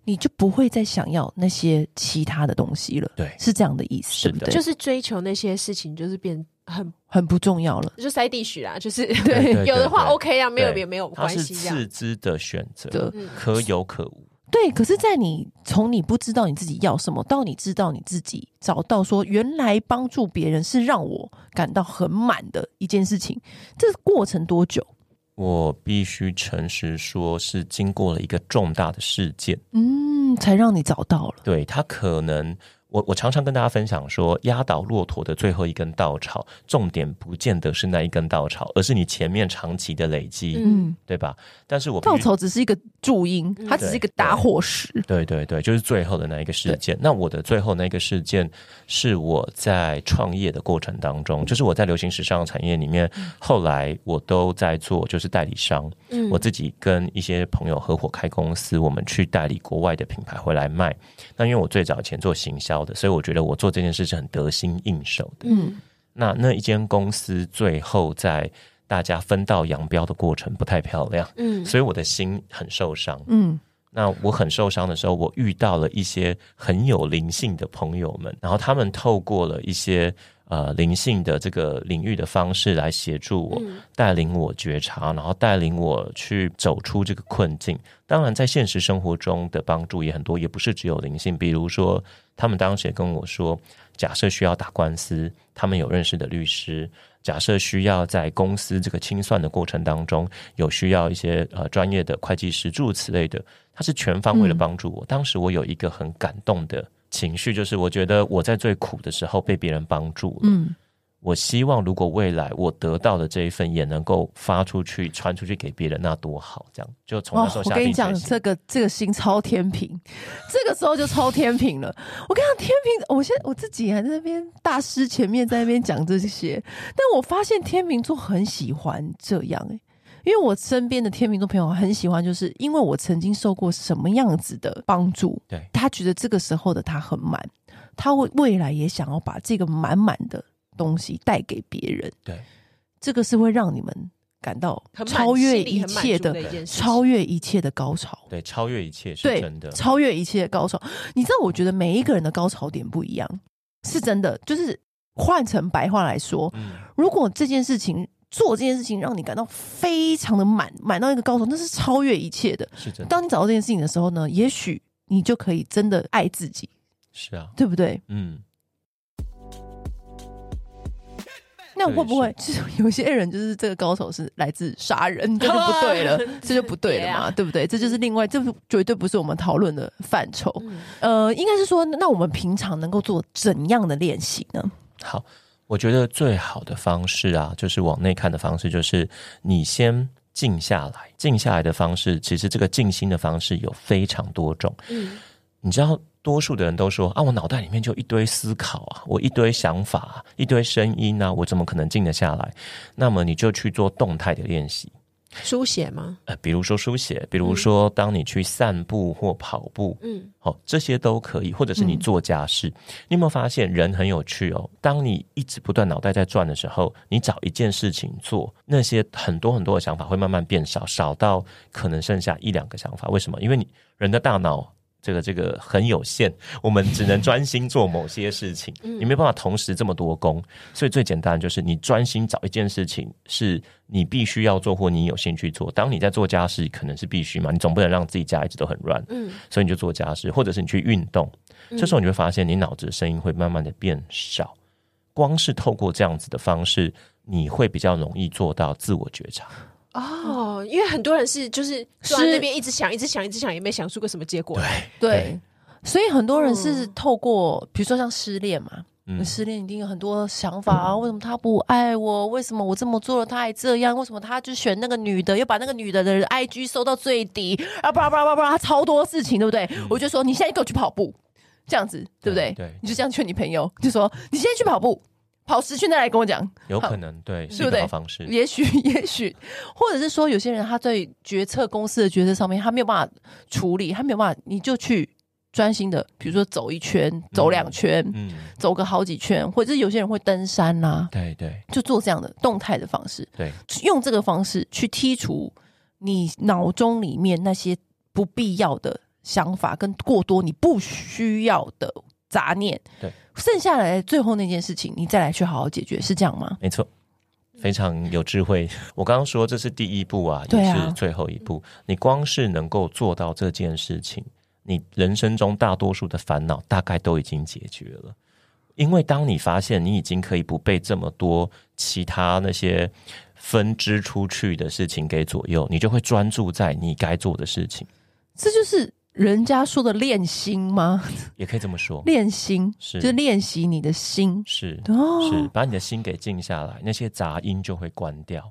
[SPEAKER 1] 你就不会再想要那些其他的东西了。
[SPEAKER 3] 对
[SPEAKER 1] 是这样的意思，
[SPEAKER 3] 是
[SPEAKER 1] 对不
[SPEAKER 3] 的
[SPEAKER 1] 对？
[SPEAKER 2] 就是是追求那些事情，就是变很
[SPEAKER 1] 很不重要了。
[SPEAKER 2] 就塞地许啦， 就是
[SPEAKER 3] 对对
[SPEAKER 2] 有的话
[SPEAKER 3] 对
[SPEAKER 2] OK 啊，没有
[SPEAKER 3] 对
[SPEAKER 2] 也没有
[SPEAKER 3] 它
[SPEAKER 2] 关
[SPEAKER 3] 是
[SPEAKER 2] 系这样
[SPEAKER 3] 次。之的选择
[SPEAKER 1] 对，
[SPEAKER 2] 嗯
[SPEAKER 3] 可有可无。
[SPEAKER 1] 对，可是，在你从你不知道你自己要什么，到你知道你自己找到说，原来帮助别人是让我感到很满的一件事情，这过程多久？
[SPEAKER 3] 我必须诚实说，是经过了一个重大的事件。
[SPEAKER 1] 嗯，才让你找到了。
[SPEAKER 3] 对他可能我我常常跟大家分享说，压倒骆驼的最后一根稻草，重点不见得是那一根稻草，而是你前面长期的累积，
[SPEAKER 1] 嗯，
[SPEAKER 3] 对吧？但是我必须
[SPEAKER 1] 稻草只是一个注音，它只是一个打火石。
[SPEAKER 3] 对对对，就是最后的那一个事件。那我的最后那个事件是我在创业的过程当中，就是我在流行时尚产业里面，
[SPEAKER 1] 嗯
[SPEAKER 3] 后来我都在做就是代理商，
[SPEAKER 2] 嗯
[SPEAKER 3] 我自己跟一些朋友合伙开公司，我们去代理国外的品牌回来卖。那因为我最早以前做行销的，所以我觉得我做这件事是很得心应手的。
[SPEAKER 1] 嗯，
[SPEAKER 3] 那那一间公司最后在大家分道扬镳的过程不太漂亮，
[SPEAKER 2] 嗯
[SPEAKER 3] 所以我的心很受伤。
[SPEAKER 1] 嗯，
[SPEAKER 3] 那我很受伤的时候，我遇到了一些很有灵性的朋友们，然后他们透过了一些呃灵性的这个领域的方式来协助我，带领我觉察，然后带领我去走出这个困境。当然，在现实生活中的帮助也很多，也不是只有灵性。比如说，他们当时也跟我说，假设需要打官司，他们有认识的律师；假设需要在公司这个清算的过程当中，有需要一些呃专业的会计师诸如此类的，他是全方位的帮助我。当时我有一个很感动的情绪，就是我觉得我在最苦的时候被别人帮助了。
[SPEAKER 1] 嗯，
[SPEAKER 3] 我希望如果未来我得到的这一份也能够发出去、传出去给别人，那多好！这样就从那时候
[SPEAKER 1] 哦我
[SPEAKER 3] 下
[SPEAKER 1] 跟
[SPEAKER 3] 定
[SPEAKER 1] 你
[SPEAKER 3] 决
[SPEAKER 1] 讲，
[SPEAKER 3] 心。
[SPEAKER 1] 这个这个心超天平，这个时候就超天平了。我跟你讲，天平，我现在我自己还在那边大师前面在那边讲这些，但我发现天秤座很喜欢这样、欸，因为我身边的天秤座朋友很喜欢，就是因为我曾经受过什么样子的帮助，
[SPEAKER 3] 对
[SPEAKER 1] 他觉得这个时候的他很满，他会未来也想要把这个满满的东西带给别人，
[SPEAKER 3] 对，
[SPEAKER 1] 这个是会让你们感到
[SPEAKER 2] 很满
[SPEAKER 1] 超越
[SPEAKER 2] 心里
[SPEAKER 1] 一
[SPEAKER 2] 很满
[SPEAKER 1] 切
[SPEAKER 2] 足
[SPEAKER 1] 的
[SPEAKER 2] 的一件事情
[SPEAKER 1] 超越一切的高潮。
[SPEAKER 3] 对，超越一切是
[SPEAKER 1] 对
[SPEAKER 3] 真的。
[SPEAKER 1] 超越一切的高潮。你知道，我觉得每一个人的高潮点不一样，是真的。就是换成白话来说，
[SPEAKER 3] 嗯，
[SPEAKER 1] 如果这件事情做这件事情让你感到非常的满，满到一个高潮，那是超越一切的。
[SPEAKER 3] 是真的，
[SPEAKER 1] 当你找到这件事情的时候呢，也许你就可以真的爱自己，
[SPEAKER 3] 是啊，
[SPEAKER 1] 对不对？
[SPEAKER 3] 嗯。
[SPEAKER 1] 那
[SPEAKER 3] 对
[SPEAKER 1] 会不会就是有些人就是这个高手是来自杀 人，这就不对了，这就不对了嘛，对不对？这就是另外，这不绝对不是我们讨论的范畴。
[SPEAKER 2] 嗯
[SPEAKER 1] 呃，应该是说，那我们平常能够做怎样的练习呢？
[SPEAKER 3] 好，我觉得最好的方式啊，就是往内看的方式，就是你先静下来。静下来的方式，其实这个静心的方式有非常多种。
[SPEAKER 2] 嗯
[SPEAKER 3] 你知道，多数的人都说啊，我脑袋里面就一堆思考啊，我一堆想法、啊，一堆声音啊，我怎么可能静得下来？那么你就去做动态的练习。
[SPEAKER 2] 书写吗？
[SPEAKER 3] 呃，比如说书写，比如说当你去散步或跑步，
[SPEAKER 2] 嗯
[SPEAKER 3] 哦，这些都可以，或者是你做家事。你有没有发现人很有趣哦？当你一直不断脑袋在转的时候，你找一件事情做，那些很多很多的想法会慢慢变少，少到可能剩下一两个想法。为什么？因为你人的大脑。这个这个很有限，我们只能专心做某些事情，你没办法同时这么多工，所以最简单就是你专心找一件事情是你必须要做或你有兴趣做。当你在做家事，可能是必须嘛，你总不能让自己家一直都很乱，
[SPEAKER 2] 嗯
[SPEAKER 3] 所以你就做家事，或者是你去运动，这时候你会发现你脑子的声音会慢慢的变少。光是透过这样子的方式，你会比较容易做到自我觉察。
[SPEAKER 2] 哦，因为很多人是就是坐在
[SPEAKER 1] 是
[SPEAKER 2] 那边一直想，一直想，一直想，也没想出个什么结果。
[SPEAKER 1] 对，所以很多人是
[SPEAKER 2] 嗯
[SPEAKER 1] 透过，比如说像失恋嘛，
[SPEAKER 3] 嗯
[SPEAKER 1] 失恋一定有很多想法啊，为什么他不爱我？为什么我这么做了他还这样？为什么他就选那个女的，又把那个女的的 IG 收到最低啊？巴拉巴拉巴拉巴拉，他超多事情，对不对？我就说你现在给我去跑步，这样子对不对？
[SPEAKER 3] 对对
[SPEAKER 1] 你就这样劝你朋友，就说你现在去跑步，跑十圈再来跟我讲。
[SPEAKER 3] 有可能对，是
[SPEAKER 1] 对
[SPEAKER 3] 一
[SPEAKER 1] 不对
[SPEAKER 3] 个好方式。
[SPEAKER 1] 也许， 也许，或者是说，有些人他在决策公司的决策上面，他没有办法处理，他没有办法，你就去专心的，比如说走一圈，走两圈，
[SPEAKER 3] 嗯，
[SPEAKER 1] 走个好几圈，或者是有些人会登山啦、
[SPEAKER 3] 对对
[SPEAKER 1] 就做这样的动态的方式，
[SPEAKER 3] 对，
[SPEAKER 1] 用这个方式去剔除你脑中里面那些不必要的想法跟过多你不需要的杂念。
[SPEAKER 3] 对，
[SPEAKER 1] 剩下来最后那件事情，你再来去好好解决，是这样吗？
[SPEAKER 3] 没错，
[SPEAKER 1] 嗯
[SPEAKER 3] 非常有智慧。 我刚刚说这是第一步啊，
[SPEAKER 1] 对
[SPEAKER 3] 也
[SPEAKER 1] 啊
[SPEAKER 3] 是最后一步。你光是能够做到这件事情，你人生中大多数的烦恼大概都已经解决了。因为当你发现你已经可以不被这么多其他那些分支出去的事情给左右，你就会专注在你该做的事情。
[SPEAKER 1] 这就是人家说的练心吗？
[SPEAKER 3] 也可以这么说，
[SPEAKER 1] 练心
[SPEAKER 3] 是
[SPEAKER 1] 就是练习你的心。
[SPEAKER 3] 是
[SPEAKER 1] 哦
[SPEAKER 3] 是，把你的心给静下来，那些杂音就会关掉。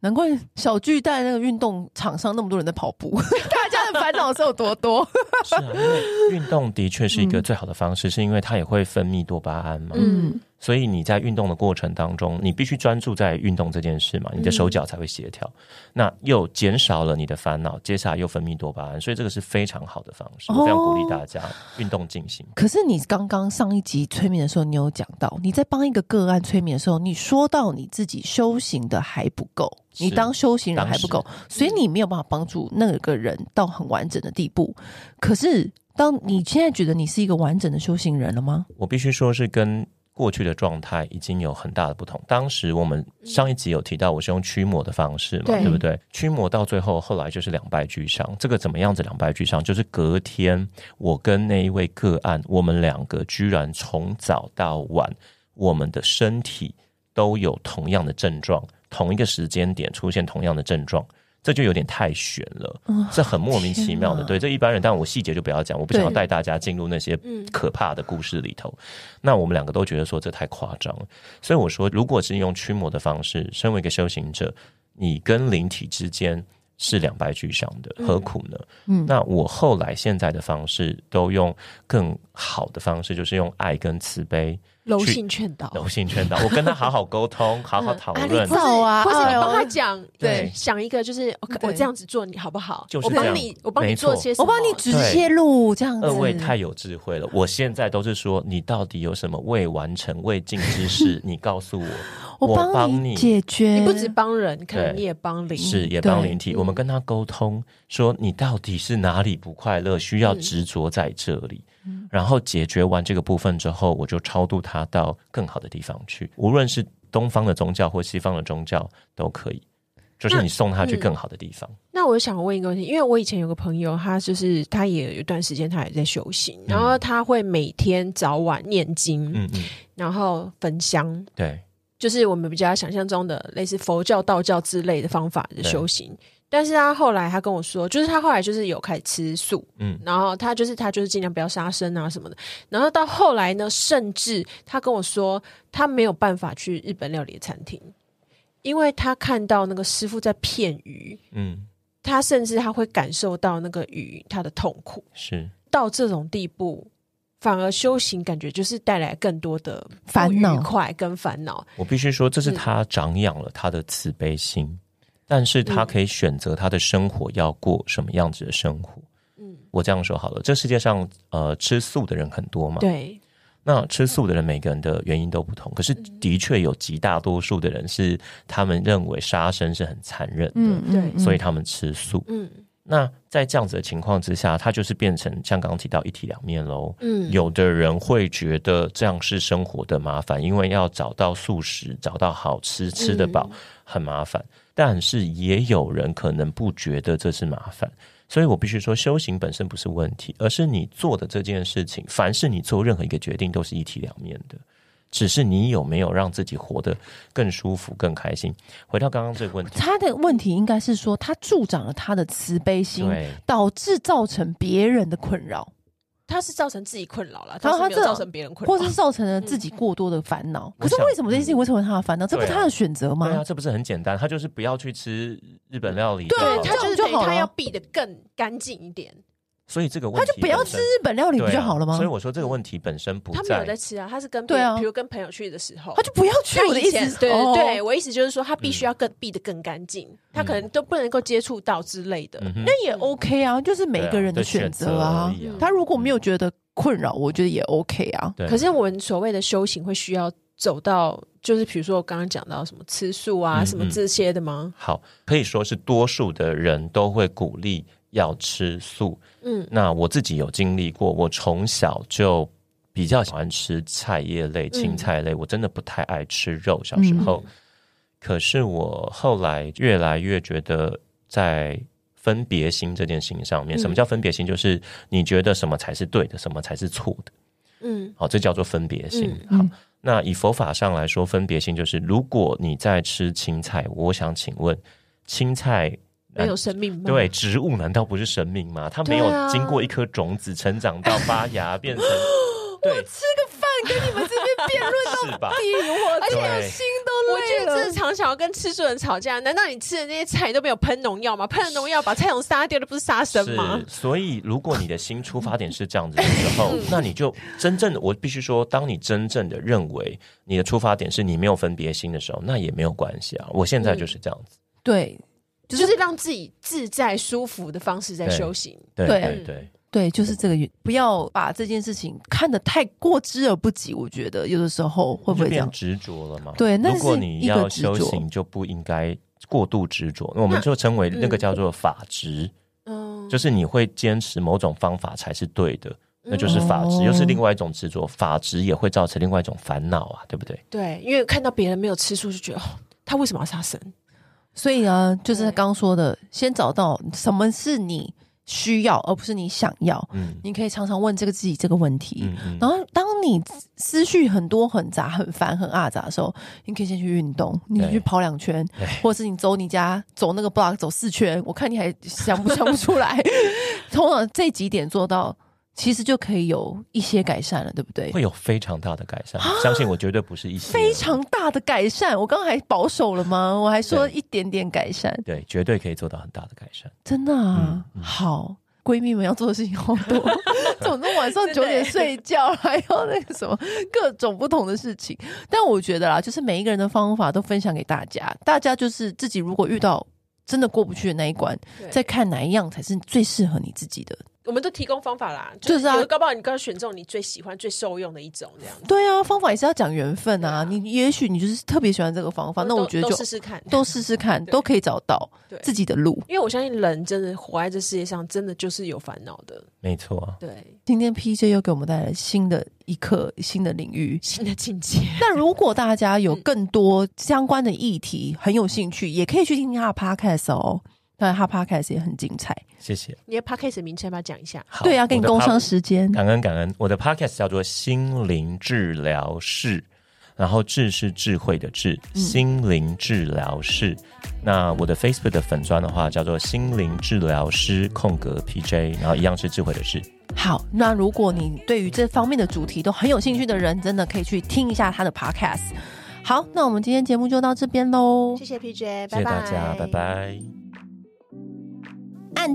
[SPEAKER 1] 难怪小巨蛋那个运动场上那么多人在跑步， 大家的烦恼是有多多。
[SPEAKER 3] 是啊，因为运动的确是一个最好的方式，是因为它也会分泌多巴胺嘛。
[SPEAKER 2] 嗯
[SPEAKER 3] 所以你在运动的过程当中，你必须专注在运动这件事嘛，你的手脚才会协调，那又减少了你的烦恼，接下来又分泌多巴胺，所以这个是非常好的方式，
[SPEAKER 1] 哦
[SPEAKER 3] 我非常鼓励大家运动进行。
[SPEAKER 1] 可是你刚刚上一集催眠的时候，你有讲到你在帮一个个案催眠的时候，你说到你自己修行的还不够，
[SPEAKER 3] 是
[SPEAKER 1] 你当修行人
[SPEAKER 3] 当时
[SPEAKER 1] 还不够，所以你没有办法帮助那个人到很完整的地步。可是当你现在觉得你是一个完整的修行人了吗？
[SPEAKER 3] 我必须说是跟过去的状态已经有很大的不同。当时我们上一集有提到，我是用驱魔的方式嘛，
[SPEAKER 2] 对
[SPEAKER 3] 对不对？驱魔到最后，后来就是两败俱伤。这个怎么样子两败俱伤？就是隔天，我跟那一位个案，我们两个居然从早到晚，我们的身体都有同样的症状，同一个时间点出现同样的症状。这就有点太悬了，这很莫名其妙的。
[SPEAKER 1] 天哪
[SPEAKER 3] 对，这一般人，但我细节就不要讲，我不想要
[SPEAKER 1] 对
[SPEAKER 3] 带大家进入那些
[SPEAKER 2] 嗯
[SPEAKER 3] 可怕的故事里头。那我们两个都觉得说这太夸张了，所以我说，如果是用驱魔的方式，身为一个修行者，你跟灵体之间是两败俱伤的，何苦呢？
[SPEAKER 1] 嗯
[SPEAKER 3] 那我后来现在的方式都用更好的方式，就是用爱跟慈悲
[SPEAKER 2] 柔
[SPEAKER 3] 去
[SPEAKER 2] 性劝
[SPEAKER 1] 哦
[SPEAKER 2] 导，
[SPEAKER 3] 柔性劝导，我跟他好好沟通，嗯好
[SPEAKER 2] 嗯
[SPEAKER 3] 好讨
[SPEAKER 1] 啊
[SPEAKER 3] 论
[SPEAKER 1] 你知。道啊
[SPEAKER 2] 或是
[SPEAKER 1] 哎
[SPEAKER 2] 你
[SPEAKER 1] 呦
[SPEAKER 2] 哦帮他讲，
[SPEAKER 3] 对
[SPEAKER 2] 想一个就是我
[SPEAKER 1] 对
[SPEAKER 2] 我这样子做你好不好？
[SPEAKER 3] 就是
[SPEAKER 2] 我
[SPEAKER 3] 这
[SPEAKER 2] 帮
[SPEAKER 3] 样
[SPEAKER 2] 你，我帮你
[SPEAKER 3] 没错
[SPEAKER 2] 做些什
[SPEAKER 1] 我
[SPEAKER 2] 么，
[SPEAKER 1] 帮你指
[SPEAKER 3] 对
[SPEAKER 1] 些路，这样子。
[SPEAKER 3] 二位
[SPEAKER 2] 嗯
[SPEAKER 3] 太有智慧了，我现在都是说，你到底有什么未完成、未尽 之事，你告诉我，
[SPEAKER 2] 嗯
[SPEAKER 1] 我
[SPEAKER 3] 我
[SPEAKER 1] 帮
[SPEAKER 3] 帮
[SPEAKER 1] 你
[SPEAKER 3] 你
[SPEAKER 1] 解决，
[SPEAKER 2] 你不止帮人，可能
[SPEAKER 3] 对
[SPEAKER 2] 你也帮灵，
[SPEAKER 3] 是也
[SPEAKER 1] 对
[SPEAKER 3] 帮灵体，我们
[SPEAKER 2] 嗯
[SPEAKER 3] 跟他沟通，说你到底是哪里不快乐，
[SPEAKER 2] 嗯
[SPEAKER 3] 需要执着在这里。然后解决完这个部分之后，我就超度他到更好的地方去，无论是东方的宗教或西方的宗教都可以，就是
[SPEAKER 2] 那
[SPEAKER 3] 你送他去
[SPEAKER 2] 嗯
[SPEAKER 3] 更好的地方。
[SPEAKER 2] 那我想问一个问题，因为我以前有个朋友，他就是他也有一段时间他也在修行，然后他会每天早晚念经，
[SPEAKER 3] 嗯嗯，
[SPEAKER 2] 然后焚香，
[SPEAKER 3] 对，
[SPEAKER 2] 就是我们比较想象中的类似佛教、道教之类的方法的
[SPEAKER 3] 对
[SPEAKER 2] 修行。但是他后来他跟我说，就是他后来就是有开始吃素，
[SPEAKER 3] 嗯
[SPEAKER 2] 然后他就是他就是尽量不要杀生啊什么的。然后到后来呢，甚至他跟我说，他没有办法去日本料理的餐厅，因为他看到那个师傅在片鱼，
[SPEAKER 3] 嗯
[SPEAKER 2] 他甚至他会感受到那个鱼他的痛苦，
[SPEAKER 3] 是。
[SPEAKER 2] 到这种地步，反而修行感觉就是带来更多的不
[SPEAKER 1] 烦恼
[SPEAKER 2] 愉快跟烦恼。
[SPEAKER 3] 我必须说，这是
[SPEAKER 2] 嗯
[SPEAKER 3] 他长养了他的慈悲心，但是他可以选择他的生活要过什么样子的生活。
[SPEAKER 2] 嗯，
[SPEAKER 3] 我这样说好了，这世界上呃吃素的人很多嘛，
[SPEAKER 2] 对，
[SPEAKER 3] 那吃素的人每个人的原因都不同，可是
[SPEAKER 2] 嗯
[SPEAKER 3] 的确有极大多数的人是他们认为杀生是很残忍的，
[SPEAKER 1] 嗯，嗯
[SPEAKER 2] 对
[SPEAKER 1] 嗯
[SPEAKER 3] 所以他们吃素。
[SPEAKER 2] 嗯
[SPEAKER 3] 那在这样子的情况之下，它就是变成像刚刚提到一体两面喽。
[SPEAKER 2] 嗯，
[SPEAKER 3] 有的人会觉得这样是生活的麻烦，因为要找到素食、找到好吃、吃得饱
[SPEAKER 2] 嗯
[SPEAKER 1] 嗯
[SPEAKER 3] 很麻烦。但是也有人可能不觉得这是麻烦，所以我必须说，修行本身不是问题，而是你做的这件事情，凡是你做任何一个决定，都是一体两面的。只是你有没有让自己活得更舒服、更开心？回到刚刚这个问题，
[SPEAKER 1] 他的问题应该是说，他助长了他的慈悲心，
[SPEAKER 3] 对，
[SPEAKER 1] 导致造成别人的困扰，
[SPEAKER 2] 他是造成自己困扰了，
[SPEAKER 1] 然后
[SPEAKER 2] 他是
[SPEAKER 1] 他
[SPEAKER 2] 没有
[SPEAKER 1] 这
[SPEAKER 2] 造成别人困
[SPEAKER 1] 或
[SPEAKER 2] 扰，
[SPEAKER 1] 是造成了自己过多的烦恼。可
[SPEAKER 3] 我
[SPEAKER 1] 是
[SPEAKER 3] 想
[SPEAKER 1] 为什么这件事情会成为他的烦恼？这不是
[SPEAKER 3] 对啊
[SPEAKER 1] 他的选择
[SPEAKER 3] 对啊，
[SPEAKER 1] 吗？
[SPEAKER 3] 这不是很简单？他就是不要去吃日本料理，
[SPEAKER 1] 对啊
[SPEAKER 3] 好
[SPEAKER 1] 这
[SPEAKER 2] 他
[SPEAKER 1] 样
[SPEAKER 2] 就是
[SPEAKER 1] 就
[SPEAKER 2] 等于
[SPEAKER 1] 好了
[SPEAKER 2] 他要避得更干净一点。
[SPEAKER 3] 所以这个问
[SPEAKER 1] 他
[SPEAKER 3] 题
[SPEAKER 1] 就不要
[SPEAKER 3] 本
[SPEAKER 1] 吃
[SPEAKER 3] 身
[SPEAKER 1] 日本料理不
[SPEAKER 3] 对
[SPEAKER 1] 就
[SPEAKER 3] 啊
[SPEAKER 1] 好了吗
[SPEAKER 3] 所以？我说这个问题本身不
[SPEAKER 2] 他没有在
[SPEAKER 3] 在，
[SPEAKER 2] 吃啊，他是跟
[SPEAKER 1] 对
[SPEAKER 2] 别
[SPEAKER 1] 啊
[SPEAKER 2] 人，比如跟朋友去的时候，
[SPEAKER 1] 他就不要去。我的意
[SPEAKER 2] 以前
[SPEAKER 1] 思是，
[SPEAKER 2] 对对对，
[SPEAKER 1] 哦
[SPEAKER 2] 我意思就是说，他必须要更避得更干净，他可能都不能够接触到之类的。
[SPEAKER 3] 嗯哼
[SPEAKER 1] 那也 OK 啊，就是每一个人的选择啊
[SPEAKER 3] 对啊对选择而已啊。
[SPEAKER 1] 他如果没有觉得困扰，我觉得也 OK 啊。
[SPEAKER 3] 对，
[SPEAKER 2] 可是我们所谓的修行，会需要走到，就是比如说我刚刚讲到什么吃素啊，
[SPEAKER 3] 嗯
[SPEAKER 2] 什么这些的吗？
[SPEAKER 3] 好，可以说是多数的人都会鼓励要吃素。
[SPEAKER 2] 嗯
[SPEAKER 3] 那我自己有经历过，我从小就比较喜欢吃菜叶
[SPEAKER 2] 嗯
[SPEAKER 3] 类、青菜类，我真的不太爱吃肉。小时
[SPEAKER 1] 嗯
[SPEAKER 3] 候，可是我后来越来越觉得，在分别心这件事情上
[SPEAKER 2] 嗯
[SPEAKER 3] 面，什么叫分别心？就是你觉得什么才是对的，什么才是错的。
[SPEAKER 2] 嗯
[SPEAKER 3] 好，这叫做分别心。
[SPEAKER 1] 嗯嗯
[SPEAKER 3] 好，那以佛法上来说，分别心就是，如果你在吃青菜，我想请问，青菜
[SPEAKER 2] 没有生命吗？
[SPEAKER 3] 对，植物难道不是生命吗？它
[SPEAKER 2] 对
[SPEAKER 3] 没有
[SPEAKER 2] 啊
[SPEAKER 3] 经过一颗种子成长到发 芽变成，对，
[SPEAKER 1] 吃个饭跟你们这边辩论到
[SPEAKER 3] 是吧？
[SPEAKER 1] 底，我
[SPEAKER 3] 且
[SPEAKER 1] 真的
[SPEAKER 3] 对
[SPEAKER 1] 心都
[SPEAKER 2] 我
[SPEAKER 1] 累
[SPEAKER 2] 就
[SPEAKER 1] 了
[SPEAKER 2] 正。常想要跟吃素人吵架，难道你吃的那些菜都没有喷农药吗？喷了农药把菜农杀掉，的不是杀生吗
[SPEAKER 3] 是，？所以如果你的新出发点是这样子的时 候，那你就真正的，我必须说，当你真正的认为你的出发点是你没有分别心的时候，那也没有关系啊。我现
[SPEAKER 1] 嗯
[SPEAKER 3] 在就是这样子，
[SPEAKER 1] 对
[SPEAKER 2] 就、
[SPEAKER 1] 就是是
[SPEAKER 2] 让自己自在舒服的方式在
[SPEAKER 3] 对
[SPEAKER 2] 修行。
[SPEAKER 3] 对
[SPEAKER 1] 对
[SPEAKER 3] 对对，
[SPEAKER 1] 对，就是这个原，不要把这件事情看得太过之而不及。我觉得有的时候会不
[SPEAKER 3] 就
[SPEAKER 1] 会这
[SPEAKER 3] 变
[SPEAKER 1] 样？
[SPEAKER 3] 执着了嘛？
[SPEAKER 1] 对那
[SPEAKER 3] 如果
[SPEAKER 1] 是
[SPEAKER 3] 你
[SPEAKER 1] 一个
[SPEAKER 3] 要
[SPEAKER 1] 执
[SPEAKER 3] 修
[SPEAKER 1] 着
[SPEAKER 3] 行，就不应该过度执着，我们
[SPEAKER 2] 那
[SPEAKER 3] 就称为那个
[SPEAKER 2] 嗯
[SPEAKER 3] 叫做法执，
[SPEAKER 2] 嗯，
[SPEAKER 3] 就是你会坚持某种方法才是对的。那就是
[SPEAKER 1] 嗯
[SPEAKER 3] 法执，
[SPEAKER 1] 哦
[SPEAKER 3] 又是另外一种执着。法执也会造成另外一种烦恼啊，对不对？
[SPEAKER 2] 对，因为看到别人没有吃素，就觉得哦，他为什么要杀生？
[SPEAKER 1] 所以啊，就是
[SPEAKER 2] 对
[SPEAKER 1] 刚刚说的，先找到什么是你需要，而不是你想要。
[SPEAKER 3] 嗯
[SPEAKER 1] 你可以常常问这个自己这个问题。
[SPEAKER 3] 嗯嗯
[SPEAKER 1] 然后，当你思绪很多、很杂、很烦、很阿杂的时候，你可以先去运动，你
[SPEAKER 3] 对
[SPEAKER 1] 去跑两圈
[SPEAKER 3] 对，
[SPEAKER 1] 或者是你走你家走那个 block 走四圈，我看你还想不 想不出来。通常这几点做到，其实就可以有一些改善了，对不对？
[SPEAKER 3] 会有非常大的改善，相信我，绝对不是一些
[SPEAKER 1] 啊非常大的改善，我刚刚还保守了吗？我还说
[SPEAKER 3] 对
[SPEAKER 1] 一点点改善，
[SPEAKER 3] 对，绝对可以做到很大的改善。
[SPEAKER 1] 真的啊，
[SPEAKER 3] 嗯嗯
[SPEAKER 1] 好。闺蜜们要做的事情好 多，总之晚上
[SPEAKER 2] 真的
[SPEAKER 1] 九点
[SPEAKER 2] 耶
[SPEAKER 1] 睡觉，还有那个什么各种不同的事情。但我觉得啦，就是每一个人的方法都分享给大家，大家就是自己如果遇到真的过不去的那一关，再
[SPEAKER 2] 在
[SPEAKER 1] 看哪一样才是最适合你自己的。
[SPEAKER 2] 我们都提供方法啦，
[SPEAKER 1] 就是啊
[SPEAKER 2] 有的搞不好你刚选中你最喜欢、最受用的一种这样子。
[SPEAKER 1] 对啊，方法也是要讲缘分啊。
[SPEAKER 2] 对
[SPEAKER 1] 你也许你就是特别喜欢这个方法，那我
[SPEAKER 2] 都
[SPEAKER 1] 觉得
[SPEAKER 2] 都
[SPEAKER 1] 就
[SPEAKER 2] 试试看，
[SPEAKER 1] 都试试看，
[SPEAKER 2] 对
[SPEAKER 1] 都可以找到
[SPEAKER 2] 对
[SPEAKER 1] 自己的路。
[SPEAKER 2] 因为我相信人真的活在这世界上，真的就是有烦恼的。
[SPEAKER 3] 没错啊，
[SPEAKER 2] 对，
[SPEAKER 1] 今天 PJ 又给我们带来新的一课、新的领 域。
[SPEAKER 2] 新的境界。
[SPEAKER 1] 那如果大家
[SPEAKER 3] 嗯
[SPEAKER 1] 有更多相关的议题很有兴趣，也可以去听听他的 podcast 哦。那他 podcast 也很精彩。
[SPEAKER 3] 谢谢。
[SPEAKER 2] 你的 podcast 名称要不要讲一下？
[SPEAKER 3] 好
[SPEAKER 1] 对啊，给你工商。时间
[SPEAKER 3] 我的 pod- 感恩感恩，我的 podcast 叫做心灵治疗室，然后智是智慧的智，心灵治疗室。那我的 Facebook 的粉砖的话叫做心灵治疗师空格 PJ，然后一样是智慧的智。
[SPEAKER 1] 好，那如果你对于这方面的主题都很有兴趣的人，真的可以去听一下他的 podcast。好，那我们今天节目就到这边喽
[SPEAKER 2] 谢。谢 PJ，
[SPEAKER 3] 谢谢大家，哎拜拜。
[SPEAKER 1] 按